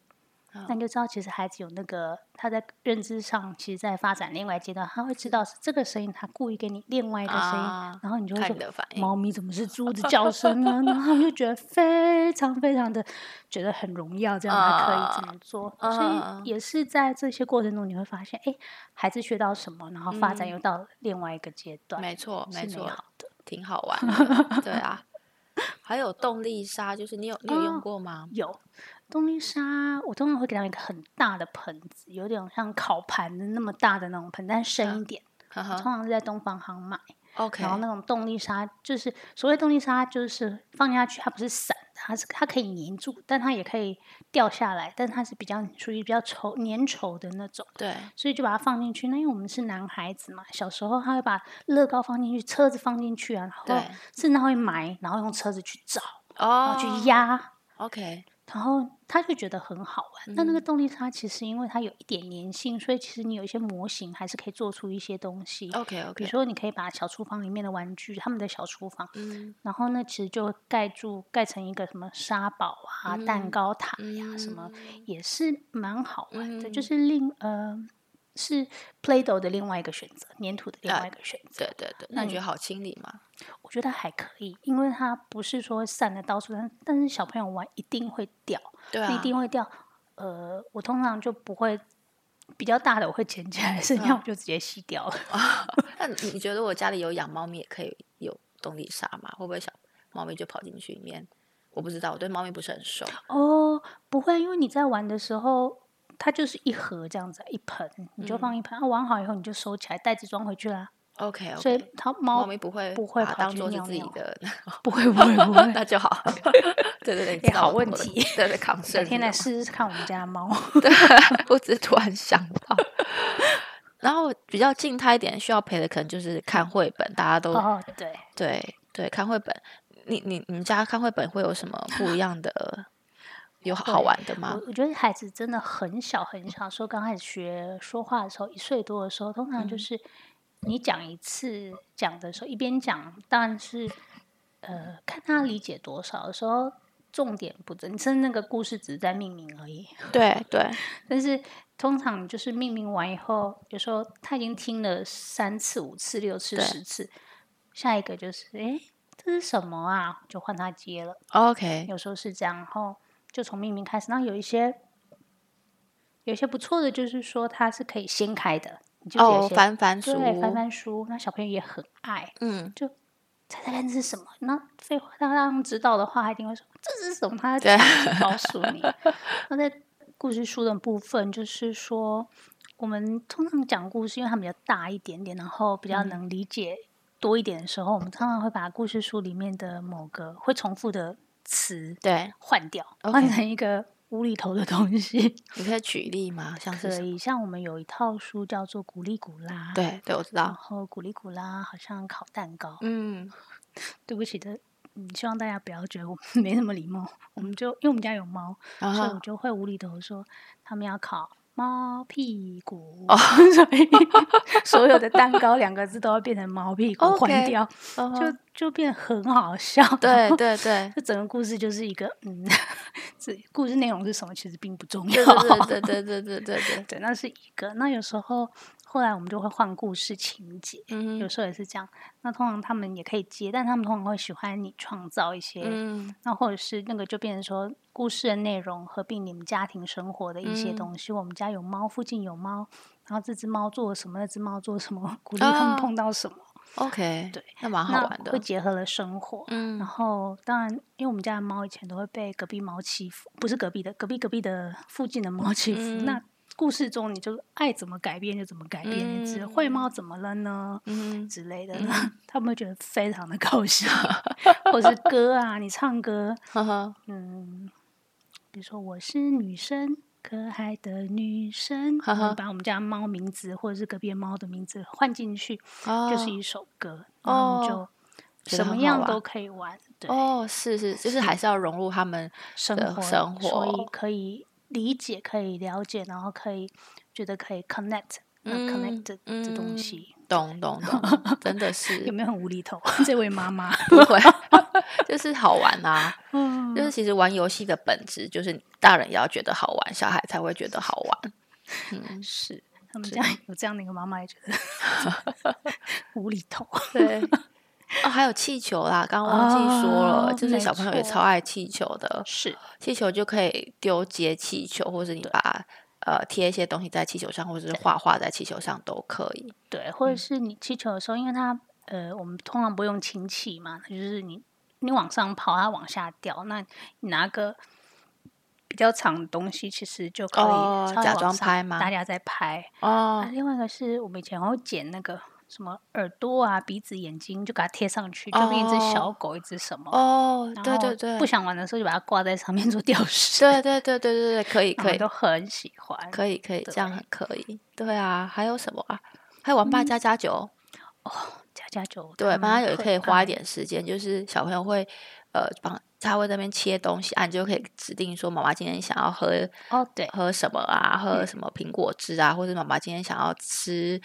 S2: 嗯
S1: 那你就知道其实孩子有那个他在认知上，其实在发展另外阶段，他会知道是这个声音，他故意给你另外一个声音，
S2: 嗯啊
S1: 然后你就会
S2: 看
S1: 说
S2: 你的反应
S1: 猫咪怎么是猪的叫声呢？然后他们就觉得非常非常的觉得很荣耀，这样他可以这么做。
S2: 啊
S1: 所以也是在这些过程中，你会发现，哎，孩子学到什么，然后发展
S2: 嗯
S1: 又到另外一个阶段，
S2: 没错
S1: 是
S2: 没
S1: 美
S2: 错，
S1: 好的。
S2: 挺好玩的。对
S1: *laughs*
S2: 啊，还有动力沙，就是你有你有用
S1: 哦
S2: 过吗？
S1: 有动力沙，我通常会给他们一个很大的盆子，有点像烤盘的那么大的那种盆，但深一点。
S2: 哈
S1: 我通
S2: 哈
S1: 常是在东方行买，
S2: 嗯，OK，
S1: 然后那种动力沙就是所谓动力沙，就是放下去它不是散的，它是它可以粘住，但它也可以掉下来，但它是比较属于比较稠粘稠的那种。
S2: 对，
S1: 所以就把它放进去。那因为我们是男孩子嘛，小时候他会把乐高放进去，车子放进去啊，然后
S2: 对
S1: 甚至他会埋，然后用车子去找，然
S2: 哦，
S1: 后去压，
S2: ，OK，
S1: 然后他就觉得很好玩。那、那
S2: 嗯
S1: 个动力沙其实因为它有一点粘性，所以其实你有一些模型还是可以做出一些东西。
S2: OK
S1: 比
S2: 哦 OK，
S1: 如说，你可以把小厨房里面的玩具，他们的小厨房，
S2: 嗯
S1: 然后呢，其实就盖住盖成一个什么沙堡啊、
S2: 嗯
S1: 蛋糕塔呀、什么，也是蛮好玩的。
S2: 嗯
S1: 就是另呃是 Play-Doh 的另外一个选择，粘土的另
S2: 啊
S1: 外一个选择。
S2: 对对对，那你觉
S1: 嗯
S2: 得好清理吗？
S1: 我觉得还可以，因为它不是说散的到处，但但是小朋友玩一定会掉。
S2: 对
S1: 那
S2: 啊
S1: 一，定会掉。呃，我通常就不会比较大的我会捡起来，剩下我就直接吸掉了。
S2: 那你你觉得我家里有养猫咪也可以有动力沙吗？会不会小猫咪就跑进去里面？我不知道，我对猫咪不是很熟。
S1: 哦，不会，因为你在玩的时候，它就是一盒这样子，啊一盆你就放一盆，啊、玩好以后你就收起来，袋子装回去啦。
S2: OK
S1: 所以
S2: OK，
S1: 它
S2: 猫
S1: 哦猫
S2: 咪不会
S1: 不会
S2: 把它
S1: 跑
S2: 当
S1: 去
S2: 做是
S1: 尿
S2: 自己
S1: 尿 *laughs*
S2: 的， *laughs*
S1: 不会不会不 *laughs* 会。
S2: 那就好。 *laughs* 对对对，你
S1: 哎
S2: 知道
S1: 好
S2: 我
S1: 问
S2: 我的
S1: 题
S2: 对对，抗
S1: *laughs*
S2: 生。
S1: 改天来试试看我们家的猫。
S2: *laughs* 对，我只是突然想到。 *laughs* 然后比较静态一点，需要陪的可能就是看绘本，大家都、
S1: 哦， *laughs* 对，
S2: 对对看绘本。你你你们家看绘本会有什么不一
S1: *laughs*
S2: 样的？有好
S1: 会
S2: 玩的吗
S1: 我？我觉得孩子真的很小很小，说刚开始学说话的时候，一岁多的时候，通常就是你讲一次讲的时候，一边讲，当然是呃看他理解多少的时候。重点不在，你甚至那个故事只是在命名而已。 *laughs*
S2: 对对，
S1: 但是通常就是命名完以后，有时候他已经听了三次、五次、六次、
S2: 对
S1: 十次，下一个就是诶，这是什么啊？就换他接了。
S2: OK，
S1: 有时候是这样，然后就从命名开始。那有一些有一些不错的，就是说它是可以掀开的，你 *laughs* 就
S2: 哦，
S1: 有些
S2: 翻翻书，
S1: 对翻翻书，那小朋友也很爱。
S2: 嗯，
S1: 猜猜看这是什么？那废话，他让知道的话，他一定会说这是什么，他
S2: 对
S1: 会告诉
S2: *laughs*
S1: 你。那在故事书的部分，就是说我们通常讲故事，因为它比较大一点点，然后比
S2: 嗯
S1: 较能理解多一点的时候，我们通常会把故事书里面的某个会重复的词
S2: 对，
S1: 换掉，
S2: OK
S1: 换成一个无厘头的东西。
S2: 你可以举例吗？像哦是
S1: 可
S2: 什么
S1: 以，啊像我们有一套书叫做《古力古拉》，，
S2: 对对，我知
S1: 然
S2: 道，
S1: 后古力古拉好像烤蛋糕。
S2: 嗯，
S1: 对不起的，嗯，希望大家不要觉得我们没那么礼貌。 *laughs* 我们就因为我们家有猫，
S2: 然
S1: 所以我
S2: 后
S1: 就会无厘头说他们要烤。猫屁股，
S2: 哦
S1: 所以 *laughs* 所有的蛋糕两个字都要变成猫屁股
S2: OK
S1: 换掉，就就变得很好笑。，
S2: 哦对对对
S1: 这整个故事就是一个嗯， *laughs* 这故事内容是什么其实并不重要。
S2: 对 *laughs* 对对对对对对对，
S1: *laughs* 对那是一个。那有时候后来我们就会换故事情节，
S2: *laughs* 嗯
S1: 有时候也是这样。那通常他们也可以接，但他们通常会喜欢你创造一些，
S2: 嗯
S1: 那或者是那个就变成说故事的内容合并你们家庭生活的一些
S2: 嗯
S1: 东西。我们家有猫，附近有猫，然后这只猫做了什么，那只猫做了什么， *laughs* 鼓励他们
S2: 啊
S1: 碰到什么，
S2: ，OK，
S1: 对，
S2: 那蛮好
S1: 那
S2: 玩的
S1: 会，结合了生活。
S2: 嗯
S1: 然，后，当然，因为我们家的猫以前都会被隔壁猫欺负，不是隔壁的，隔壁隔壁的附近的猫欺负。
S2: 嗯
S1: 那故事中你就爱怎么改变就怎么改变，你只
S2: 嗯
S1: 会猫怎么了呢？
S2: 嗯，
S1: 之类的， *laughs* 他们会觉得非常的搞笑， *laughs* 或是歌啊，你唱歌，
S2: 呵呵，
S1: 嗯，比如说我是女生，可爱的女生，我
S2: 哈哈
S1: 们把我们家猫名字或者是隔壁猫的名字换进去，
S2: 哦
S1: 就是一首歌，然后
S2: 哦
S1: 就什
S2: 觉得
S1: 么
S2: 很好
S1: 样
S2: 玩
S1: 都可以玩，对，
S2: 哦，是是，就是还是要融入他们，
S1: 生
S2: 的
S1: 活，
S2: 生
S1: 所以
S2: 活
S1: 可以理解，可以了解，然后可以觉得可以 connect，那 connect 的的东
S2: 嗯
S1: 西，
S2: 懂懂懂，
S1: *laughs*
S2: 真的是
S1: 有没有很无厘头？这位妈妈，
S2: 不会，就是好玩啊。
S1: 嗯，
S2: *laughs* 就是其实玩游戏的本质就是大人也要觉得好玩，小孩才会觉得好
S1: *laughs*
S2: 玩。
S1: 是嗯他们家有这样的一个妈妈，也觉得
S2: *laughs*
S1: 无厘头。
S2: 对。 *laughs* 哦，还有气球啦，刚刚忘记说了，
S1: 哦
S2: 就是小朋友也
S1: 没错
S2: 超爱气球的，
S1: 是，
S2: 气球就可以丢接气球，或是你把呃贴一些东西在气球上，或者是画画在气球上都可以。
S1: 对，
S2: 嗯
S1: 或者是你气球的时候，因为它呃，我们通常不用氢气嘛，就是你你往上跑，它往下掉，那你拿个比较长的东西，其实就可以
S2: 哦
S1: 稍微
S2: 假
S1: 往
S2: 装
S1: 上
S2: 拍吗
S1: 大家在拍。啊，
S2: 哦
S1: 另外一个是我们以前会剪那个什么耳朵啊、鼻子、眼睛，就给它贴上去，就变一只小
S2: 哦
S1: 狗，一只什么。
S2: 哦，
S1: 然
S2: 对
S1: 后
S2: 对对，
S1: 不想玩的时候就把它挂在上面做吊饰。
S2: 对对对对对对，可以
S1: 我
S2: 可
S1: 们
S2: 以
S1: 都很喜欢。
S2: 可以可以，这样
S1: 对嗯
S2: 很可以。对啊，还有什么啊？还有玩八加加九，
S1: 加加酒，
S2: 对，
S1: 他
S2: 八加
S1: 们
S2: 九也可以花一
S1: 爱
S2: 点时间，就是小朋友会呃帮他会在那边切东西啊，你就可以指定说妈妈今天想要喝
S1: 哦，对，
S2: 喝什么啊，
S1: 嗯
S2: 喝什么苹果汁啊，或者妈妈今天想要吃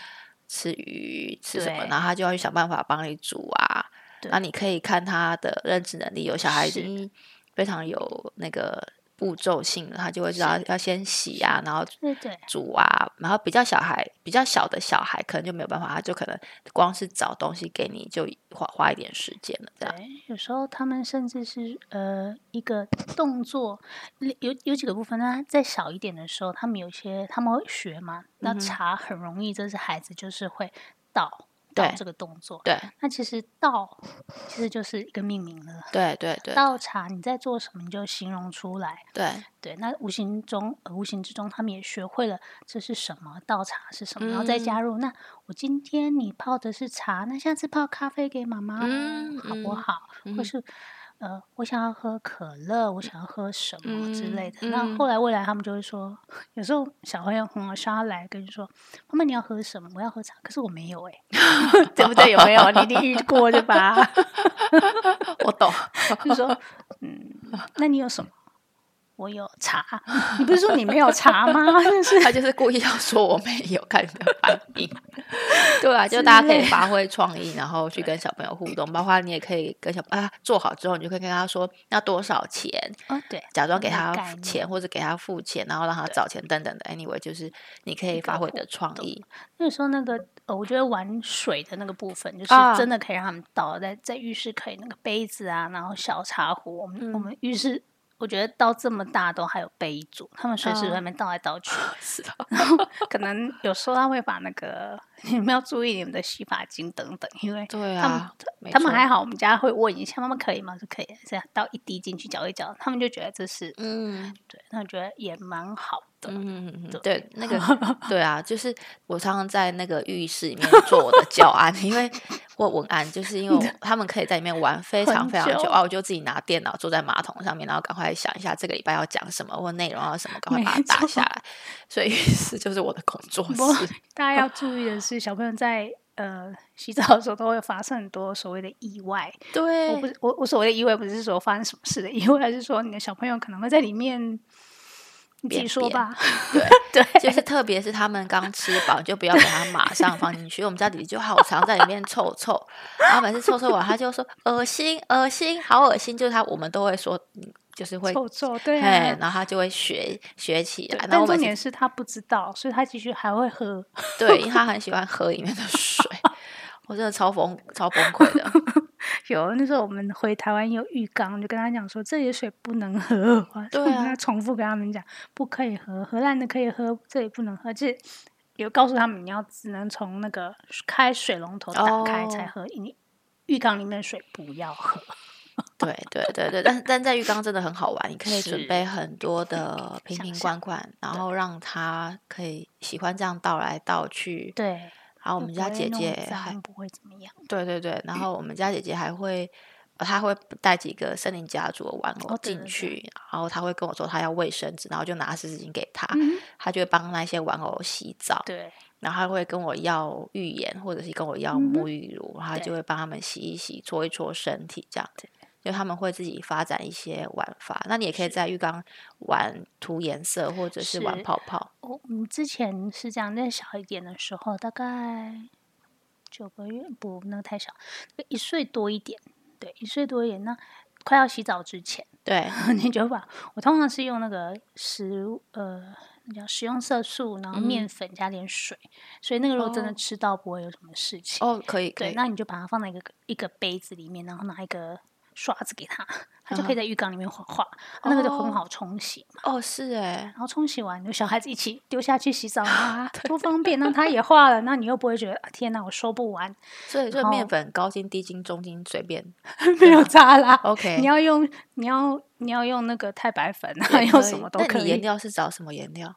S2: 吃鱼吃什么，
S1: 对
S2: 然后他就要去想办法帮你煮啊。
S1: 对
S2: 那你可以看他的认知能力，有小孩已
S1: 是
S2: 经非常有那个步骤性了，他就会知道要先洗啊，然后
S1: 对对
S2: 煮啊，然后比较小孩比较小的小孩可能就没有办法，他就可能光是找东西给你就花花一点时间了，这样
S1: 对，有时候他们甚至是呃一个动作，有有几个部分，那再小一点的时候，他们有些他们会学嘛，
S2: 嗯
S1: 那茶很容易，这是孩子就是会倒倒
S2: 对
S1: 这个动作。
S2: 对
S1: 那其实倒其实就是一个命名了。
S2: 对对对
S1: 倒茶，你在做什么，你就形容出来。
S2: 对 *laughs*
S1: 对，那无形中、呃无形之中，他们也学会了这是什么，倒茶是什么，然后再加入。那我今天你泡的是茶，那下次泡咖啡给妈妈，
S2: 嗯
S1: 好不
S2: 嗯
S1: 好？或是呃，我想要喝可乐，我想要喝什么之类的。
S2: 嗯
S1: 那
S2: 嗯
S1: 后来未来他们就会说， *laughs* 有时候小朋友很好笑，他来跟你说：“妈妈，你要喝什么？我要喝茶。”可是我没有哎、 *laughs* 对不对？有没有？你一定遇过对吧？
S2: 我懂，
S1: 就
S2: *laughs*
S1: 说，嗯，那你有什么？我有
S2: *laughs*
S1: 茶，你不是说你没有茶吗？真是
S2: 他就是故意要说我没有，看你的反应。 *laughs* 对啊，就大家可
S1: 之
S2: 以
S1: 类
S2: 发挥创意，然后去跟小朋友互动，包括你也可以跟小啊做好之后，你就可以跟他说要多少钱，
S1: 哦，对，
S2: 假装给
S1: 那
S2: 他
S1: 概
S2: 付
S1: 念
S2: 钱或者给他付钱，然后让他找钱等等的。Anyway，就是你可以发挥你的创意。
S1: 那时候那个，呃，我觉得玩水的那个部分，就是
S2: 啊
S1: 真的可以让他们倒在在浴室可以那个杯子啊，然后小茶壶，我们、
S2: 嗯
S1: 我们浴室。我觉得到这么大都还有杯组，他们随时
S2: 啊
S1: 在那边倒来倒去，
S2: *laughs* 是的，
S1: 可能有时候他会把那个 *laughs* 你们要注意你们的洗发精等等，因为
S2: 对
S1: 他们
S2: 啊，没
S1: 他们
S2: 错
S1: 还好，我们家会问一下妈妈可以吗？是可以的，这样倒一滴进去搅一搅，他们就觉得这是
S2: 嗯
S1: 对，他们觉得也蛮好的。
S2: 嗯，嗯嗯
S1: 对
S2: 对，
S1: *laughs*
S2: 那个对啊，就是我常常在那个浴室里面做我的教案，因为或文案，就是因为我他们可以在里面玩非常
S1: 很
S2: 非常久
S1: 久
S2: 啊，我就自己拿电脑坐在马桶上面，然后赶快想一下这个礼拜要讲什么或内容要什么，赶快把它
S1: 没
S2: 打
S1: 错
S2: 下来。所以浴室就是我的工作
S1: 不
S2: 室。
S1: 大家要注意的是，小朋友在呃洗澡的时候都会发生很多所谓的意外。我
S2: 对
S1: 不，是我我所谓的意外，不是说发生什么事的意外，而是说你的小朋友可能会在里面，你自
S2: 便
S1: 己说
S2: 便
S1: 吧。
S2: 就是特别是他们刚吃饱，你就不要给他马上放进去。因为我们家弟弟就好常在里面凑凑，然后每次凑凑完，他就说恶心恶心，好恶心，就是他我们都会说，嗯就是会
S1: 臭臭，对
S2: 哎
S1: 啊，。
S2: 然后他就会学学起
S1: 对
S2: 来。然后
S1: 但
S2: 我
S1: 重
S2: 每
S1: 点
S2: 次
S1: 是他不知道，所以他其实还会喝。*laughs*
S2: 对，因为他很喜欢喝里面的水， *laughs* 我真的超崩超崩溃的。
S1: 有那时候我们回台湾有浴缸，就跟他讲说这里的水不能喝， *laughs*
S2: 对
S1: 我们
S2: 啊
S1: 要重复跟他们讲不可以喝，荷兰的可以喝，这里不能喝，就是有告诉他们你要只能从那个开水龙头打开才
S2: 哦
S1: 喝，你浴缸里面的水不要喝。
S2: 对对对对，但是但在浴缸真的很好玩，你可以
S1: 是
S2: 准备很多的瓶
S1: 想
S2: 瓶
S1: 象
S2: 罐罐，然后让他可以喜欢这样倒来倒去。
S1: *laughs* 对，
S2: 然后我
S1: 又
S2: 们
S1: 不
S2: 家
S1: 会
S2: 姐
S1: 弄
S2: 姐
S1: 脏
S2: 还
S1: 不会怎么样。
S2: 对对对，然后我们家姐姐还会，呃她会带几个森林家族的玩偶
S1: 哦对
S2: 进
S1: 对对
S2: 去，然后她会跟我说她要卫生纸，然后就拿湿纸巾给 *laughs* 她，
S1: 嗯，
S2: 她就会帮那些玩偶洗澡，
S1: 对，
S2: 然后她会跟我要浴盐或者是跟我要
S1: 嗯哼
S2: 沐浴乳，然后她就
S1: 对
S2: 会帮他们洗一洗、搓一搓身体这样子。就他们会自己发展一些玩法，那你也可以在浴缸玩涂颜色，或者是玩
S1: 是
S2: 泡泡。
S1: 我嗯之前是这样，在小一点的时候，大概九个月不，那个太小，一岁多一点，对，一岁多一点。那快要洗澡之前， *laughs*
S2: 对，
S1: 你就把我通常是用那个食物呃，那叫食用色素，然后面粉加点水，所以那个肉真的
S2: 嗯哦
S1: 吃到不会有什么事情。
S2: 哦，可以，可
S1: 对，
S2: 以，
S1: 那你就把它放在一个一个杯子里面，然后拿一个刷子给它，它就可以在浴缸里面画画，那个就
S2: 嗯哦
S1: 很好冲洗嘛。
S2: 哦，是哎，
S1: 然后冲洗完，就小孩子一起丢下去洗澡啊，多方便！那他也画了，那你又不会觉得啊天哪，我收不
S2: *laughs*
S1: 完，
S2: 所以就是
S1: 然
S2: 面
S1: 后
S2: 粉、高筋、低筋、中筋随便。
S1: 没有渣啦。
S2: 啊 OK，
S1: 你要用你要你要用那个太白粉啊，
S2: 还
S1: *laughs* 用什么都
S2: 那
S1: 可
S2: 你颜
S1: 以，
S2: 料是找什么颜料？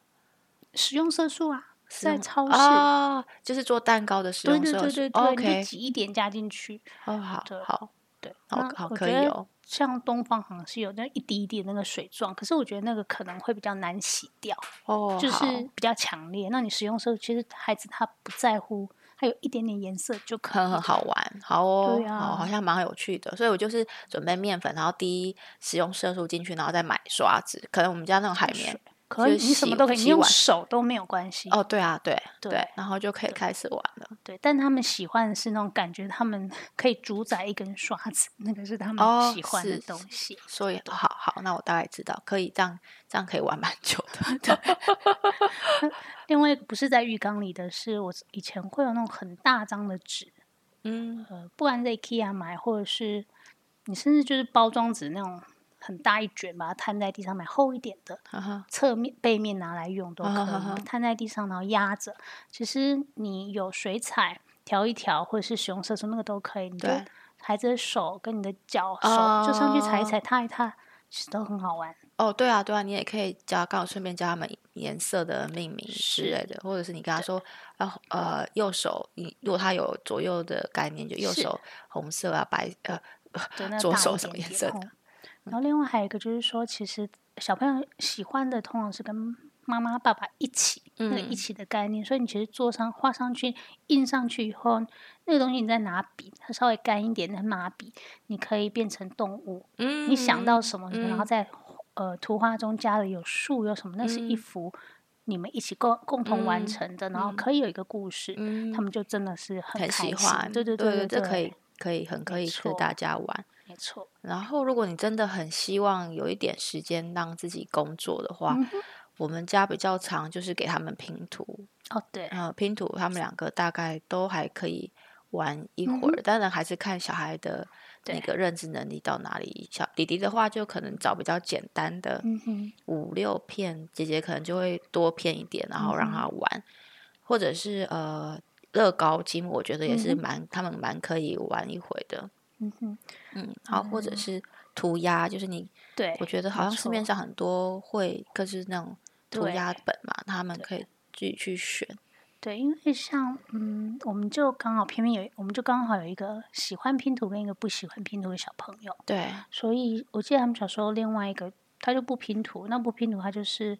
S1: 食用色素啊，
S2: 使
S1: 在
S2: 用
S1: 超市。
S2: 哦，就是做蛋糕的使
S1: 对
S2: 用
S1: 对
S2: 色
S1: 对
S2: 素
S1: 对对，
S2: 哦
S1: 你就
S2: ，OK，
S1: 挤一点加进去。
S2: 哦，好
S1: 对
S2: 好
S1: 对，
S2: 好
S1: 那
S2: 好，
S1: 我
S2: 可
S1: 觉
S2: 以
S1: 得
S2: 哦。
S1: 像东方好像是有那一滴一滴的那个水状，可是我觉得那个可能会比较难洗掉，
S2: 哦，
S1: 就是
S2: 好
S1: 比较强烈。那你使用的时候，其实孩子他不在乎，他有一点点颜色就可以
S2: 很很
S1: 了。
S2: 好玩，好哦，
S1: 对
S2: 好，好
S1: 啊
S2: 像蛮有趣的。所以我就是准备面粉，然后滴食用色素进去，然后再买刷子。可能我们家那种海绵，
S1: 可
S2: 就
S1: 以，
S2: 是
S1: 你什
S2: 洗
S1: 么都可以，你
S2: 洗
S1: 用
S2: 碗
S1: 手都没有关系。
S2: 哦，对啊，对
S1: 对
S2: 然后就可以开始玩了。
S1: 对，但他们喜欢的是那种感觉，他们可以主宰一根刷子，那个是他
S2: 哦
S1: 们喜欢的
S2: 是
S1: 东西。
S2: 所以，好好，那我大概知道，可以这样，这样可以玩蛮久的。 *laughs*
S1: 另外一个不是在浴缸里的是，我以前会有那种很大张的纸，
S2: 嗯，
S1: 呃，不管在 IKEA 买，或者是你甚至就是包装纸那种很大一卷，把它摊在地上买厚一点的，
S2: 哈哈，
S1: 侧面背面拿来用都可以，
S2: 啊哈哈
S1: 摊在地上然后压着。其实你有水彩调一调，或者是使用色素那个都可以，你就
S2: 对
S1: 孩子的手跟你的脚手就上去踩一
S2: 哦
S1: 踩、踏一踏，其实都很好玩。
S2: 哦，对啊，对啊，你也可以教，刚好顺便教他们颜色的命名之
S1: 是
S2: 类的，或者是你跟他说，然后呃，右手，你如果他有左右的概念，就右
S1: 是
S2: 手红色啊，白呃，
S1: 对，那
S2: 左
S1: 大
S2: 手
S1: 一
S2: 什么
S1: 点
S2: 颜
S1: 点
S2: 色的
S1: 哦然后另外还有一个就是说，其实小朋友喜欢的通常是跟妈妈、爸爸一起，那个
S2: 嗯
S1: 一起的概念。所以你其实做上、画上去、印上去以后，那个东西你再拿笔，它稍微干一点再拿笔，你可以变成动物。
S2: 嗯
S1: 你想到什么，然后
S2: 嗯
S1: 在呃图画中加了有树有什么，那是一
S2: 嗯
S1: 幅你们一起共共同
S2: 嗯
S1: 完成的，然后
S2: 嗯
S1: 可以有一个故事，
S2: 嗯，
S1: 他们就真的是很开
S2: 很喜
S1: 心。
S2: 欢，
S1: 对对
S2: 对
S1: 对
S2: 这可以，可以很可以跟
S1: 错
S2: 大家玩。
S1: 没错。
S2: 然后，如果你真的很希望有一点时间让自己工作的话，
S1: 嗯
S2: 我们家比较常就是给他们拼图，
S1: 哦，对，
S2: 呃，拼图他们两个大概都还可以玩一
S1: 嗯
S2: 会
S1: 哼
S2: 儿，当然还是看小孩的那
S1: 对
S2: 个认知能力到哪里。小弟弟的话，就可能找比较简单的
S1: 嗯哼，
S2: 五六片，姐姐可能就会多片一点，然后让
S1: 嗯哼
S2: 他玩，或者是呃乐高积木，我觉得也是
S1: 嗯哼
S2: 蛮、他们蛮可以玩一回的。
S1: 嗯哼，
S2: 嗯，然后或者是涂鸦，就是你
S1: 对，
S2: 我觉得好
S1: 没
S2: 像市面
S1: 错
S2: 上很多会，可是那种涂
S1: 对
S2: 鸦本嘛，他们可以自己去选。
S1: 对，因为像嗯，我们就刚好偏偏有，我们就刚好有一个喜欢拼图跟一个不喜欢拼图的小朋友，
S2: 对，
S1: 所以我记得他们小时候另外一个他就不拼图，那不拼图他就是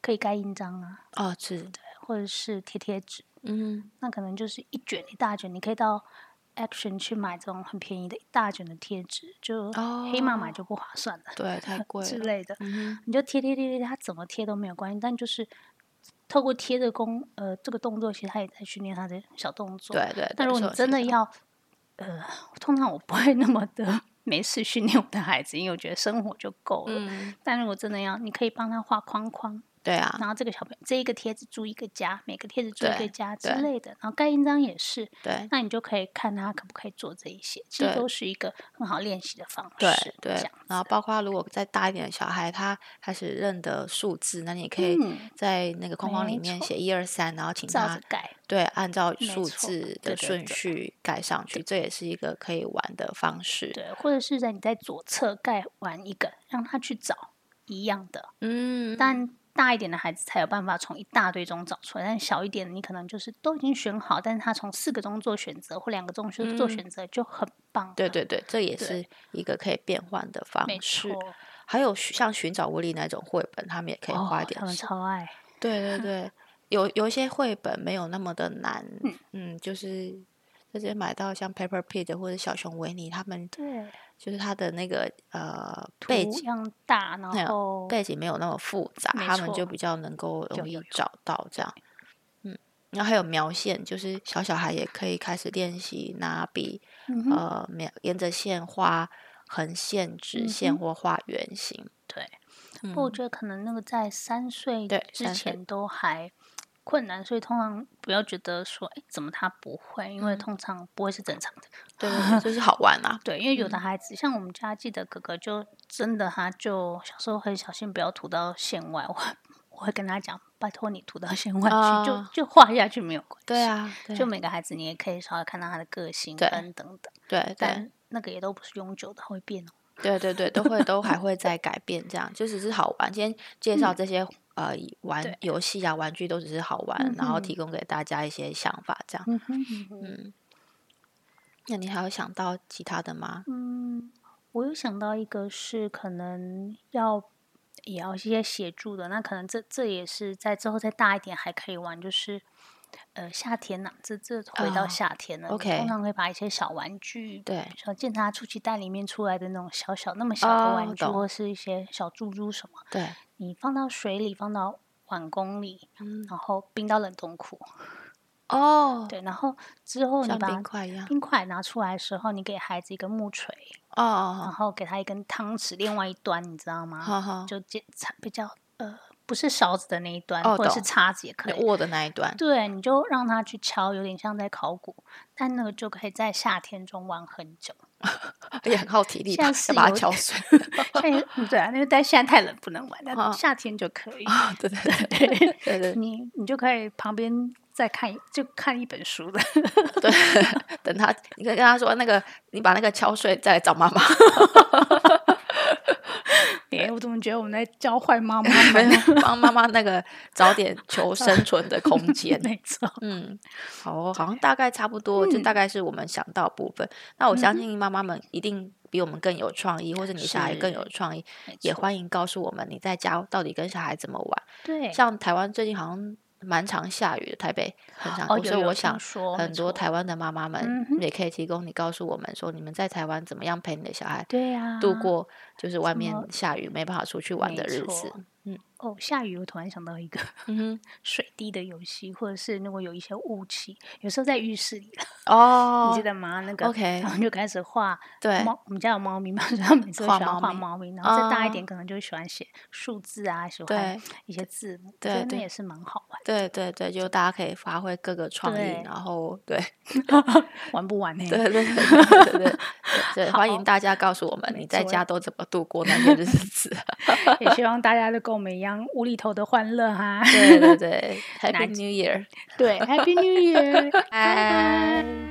S1: 可以盖印章啊，
S2: 哦，是，
S1: 或者是贴贴纸，
S2: 嗯，
S1: 那可能就是一卷一大卷，你可以到 Action 去买这种很便宜的一大卷的贴纸，就黑妈买
S2: 哦
S1: 就不划算了、
S2: 对，太贵
S1: 之
S2: 了。
S1: 类的，
S2: 嗯哼，
S1: 你就贴贴贴贴，它怎么贴都没有关系，但就是透过贴的功，呃，这个动作，其实他也在训练他的小动作。。
S2: 对对。
S1: 但
S2: 对
S1: 如果
S2: 是
S1: 你
S2: 有
S1: 真
S2: 学
S1: 的
S2: 到
S1: 要，呃，通常我不会那么的没事训练我的孩子，因为我觉得生活就够了。
S2: 嗯，
S1: 但如果真的要，你可以帮他画框框，
S2: 对啊，
S1: 然后这个小朋友这一个贴纸住一个家，每个贴纸住一
S2: 对
S1: 个家之
S2: 对
S1: 类的，然后盖印章也是，
S2: 对
S1: 那你就可以看他可不可以做这一些，其实
S2: 对
S1: 都是一个很好练习的方式。
S2: 对
S1: 这
S2: 对
S1: 样。
S2: 然后
S1: 子
S2: 包括如果再大一点的小孩，他开始认得数字，那你也可以
S1: 嗯
S2: 在那个框框里
S1: 没
S2: 面
S1: 错
S2: 写一二三，然后请
S1: 照
S2: 他
S1: 着盖，
S2: 对，按照
S1: 没
S2: 数
S1: 错
S2: 字
S1: 对对
S2: 的顺
S1: 对
S2: 序盖上去，这也是一个可以玩的方式。
S1: 对，或者是在你在左侧盖完一个，让他去找一样的，
S2: 嗯，
S1: 但大一点的孩子才有办法从一大堆中找出来，但小一点的你可能就是都已经选好，但是他从四个中做选择或两个中去做
S2: 嗯
S1: 选择就很棒了。
S2: 对对对，这也
S1: 对
S2: 是一个可以变换的方
S1: 没
S2: 式。
S1: 错，
S2: 还有寻像寻找威力那种绘本，他们也可以
S1: 哦
S2: 花一点
S1: 他们
S2: 时。
S1: 超爱，
S2: 对
S1: *laughs*
S2: 对对，有有一些绘本没有那么的难，
S1: 嗯
S2: 嗯就是直接买到像 Pepper Pig 或者小熊维尼，他们
S1: 对，
S2: 就是他的那个呃背
S1: 图
S2: 景
S1: 样大，然
S2: 那样
S1: 后
S2: 背景没有那么复杂，
S1: 没
S2: 他们
S1: 错
S2: 就比较能够
S1: 有
S2: 容易
S1: 有有
S2: 找到这样。嗯，然后还有描线，就是小小孩也可以开始练习拿笔，
S1: 嗯哼
S2: 呃，描沿着线画横线、直线
S1: 嗯哦
S2: 或画圆形。
S1: 对，
S2: 嗯
S1: 不过我觉得可能那个在三岁
S2: 对
S1: 之
S2: 三岁
S1: 前都还困难，所以通常不要觉得说，哎，怎么他不会？因为
S2: 嗯
S1: 通常不会是正常的。
S2: 对对对，就是好玩
S1: *laughs*
S2: 啊。
S1: 对，因为有的孩子，像我们家记得哥哥就真的，他就小时候很小心，不要涂到线外。我我会跟他讲，拜托你涂到线外去，就
S2: 啊
S1: 就画下去没有关系。
S2: 对，啊，对
S1: 就每个孩子你也可以稍微看到他的个性
S2: 对
S1: 跟等等，
S2: 对对
S1: 但那个也都不是永久的，会变哦。
S2: 对对对，都会都还会再改变，这样就只是好玩。今天介绍这些、呃玩
S1: 嗯对
S2: 游戏啊玩具都只是好玩，然后
S1: 嗯
S2: 提供给大家一些想法，这样。
S1: 嗯哼嗯哼
S2: 那你还有想到其他的吗？
S1: 嗯，我有想到一个是可能要也要一些协助的，那可能这这也是在之后再大一点还可以玩，就是呃夏天呐、这这回到
S2: 哦
S1: 夏天了、你
S2: ，OK
S1: 通常会把一些小玩具，
S2: 对
S1: 比如说健达出奇蛋里面出来的那种小小那么小的玩
S2: 哦
S1: 具，
S2: 懂
S1: 或是一些小猪猪什么，
S2: 对，
S1: 你放到水里，放到碗公里，
S2: 嗯，
S1: 然后冰到冷冻库，
S2: 哦，
S1: 对，然后之后你
S2: 像
S1: 把
S2: 冰
S1: 它
S2: 块啊一样，
S1: 冰块拿出来的时候，你给孩子一个木锤。
S2: 哦
S1: 然
S2: 哦，
S1: 后给他一根汤匙，另外一端你知道
S2: 哦
S1: 吗？
S2: 好好，
S1: 嗯就接叉比较呃，不是勺子的那一端，
S2: 哦
S1: 或者是
S2: 懂
S1: 叉子也可
S2: 就
S1: 以。
S2: 握的那一段，
S1: 对，你就让他去敲，有点像在考古，但那个就可以在夏天中玩很
S2: *laughs*
S1: 久。
S2: 也很耗体力
S1: 现
S2: 吧，
S1: 在是
S2: 要把它
S1: 有
S2: 敲
S1: *laughs*
S2: 碎。
S1: 夏天嗯对啊，那个但现在太冷不能玩，但
S2: 哦
S1: 夏天就可 *laughs* 以。
S2: 啊，对对对
S1: 对，
S2: 对
S1: *laughs*
S2: 对
S1: 你你就可以旁边再看一，就看一本书的。
S2: 对，等他，你可以跟他说那个，你把那个敲碎再来找妈
S1: *laughs*
S2: 妈。
S1: 哎、我怎么觉得我们在教坏妈妈
S2: *laughs* 没
S1: 们？
S2: 有帮妈妈那个找点求生存的空间。
S1: 没
S2: *laughs*
S1: 错，
S2: 嗯，好哦、好像大概差不多，就
S1: 嗯
S2: 大概是我们想到的部分。那我相信妈妈们一定比我们更有创意，或者你小孩更有创意，
S1: 没
S2: 也
S1: 错
S2: 欢迎告诉我们你在家到底跟小孩怎么玩。
S1: 对。
S2: 像台湾最近好像蛮常下雨的，台北很常，
S1: 哦，
S2: 所
S1: 有
S2: 以
S1: 有
S2: 我
S1: 听
S2: 想
S1: 说没
S2: 很多
S1: 错
S2: 台湾的妈妈
S1: 嗯
S2: 们
S1: 哼
S2: 也可以提供你告诉我们说你们在台湾怎么样陪你的小孩
S1: 对呀、
S2: 度过，就是外
S1: 啊怎
S2: 面
S1: 么
S2: 下雨没办法出去玩
S1: 没
S2: 的日
S1: 错
S2: 子。嗯
S1: 哦，下雨我突然想到一个
S2: 嗯
S1: 水滴的游戏，或者是如果有一些雾气，有时候在浴室里， *laughs*
S2: 哼，哦
S1: *laughs* 你记，得吗？那个
S2: OK
S1: 然后就开始画
S2: 对，
S1: 猫，我们家有猫咪嘛， *laughs* 所以他每次都
S2: 画
S1: 喜欢
S2: 猫
S1: 画
S2: 咪
S1: 猫咪，然后再大一
S2: 啊
S1: 点可能就喜欢写数字啊，喜欢
S2: 对
S1: 一些字母，
S2: 对
S1: 所以那
S2: 对
S1: 也是蛮好玩。
S2: 对对对，就大家可以发挥各个创
S1: 对
S2: 意，然后对 *laughs*
S1: 玩不玩呢、
S2: 对对对对对对对，
S1: 好
S2: 欢迎大家告诉我们
S1: 没
S2: 你在
S1: 错
S2: 家都怎么度过那些日子。
S1: 也希望大家都跟我们一样无厘头的欢乐
S2: *laughs*
S1: 哈。
S2: 对对对，Happy
S1: 哪
S2: New Year！
S1: *laughs* 对，Happy New Year，拜拜。
S2: 拜。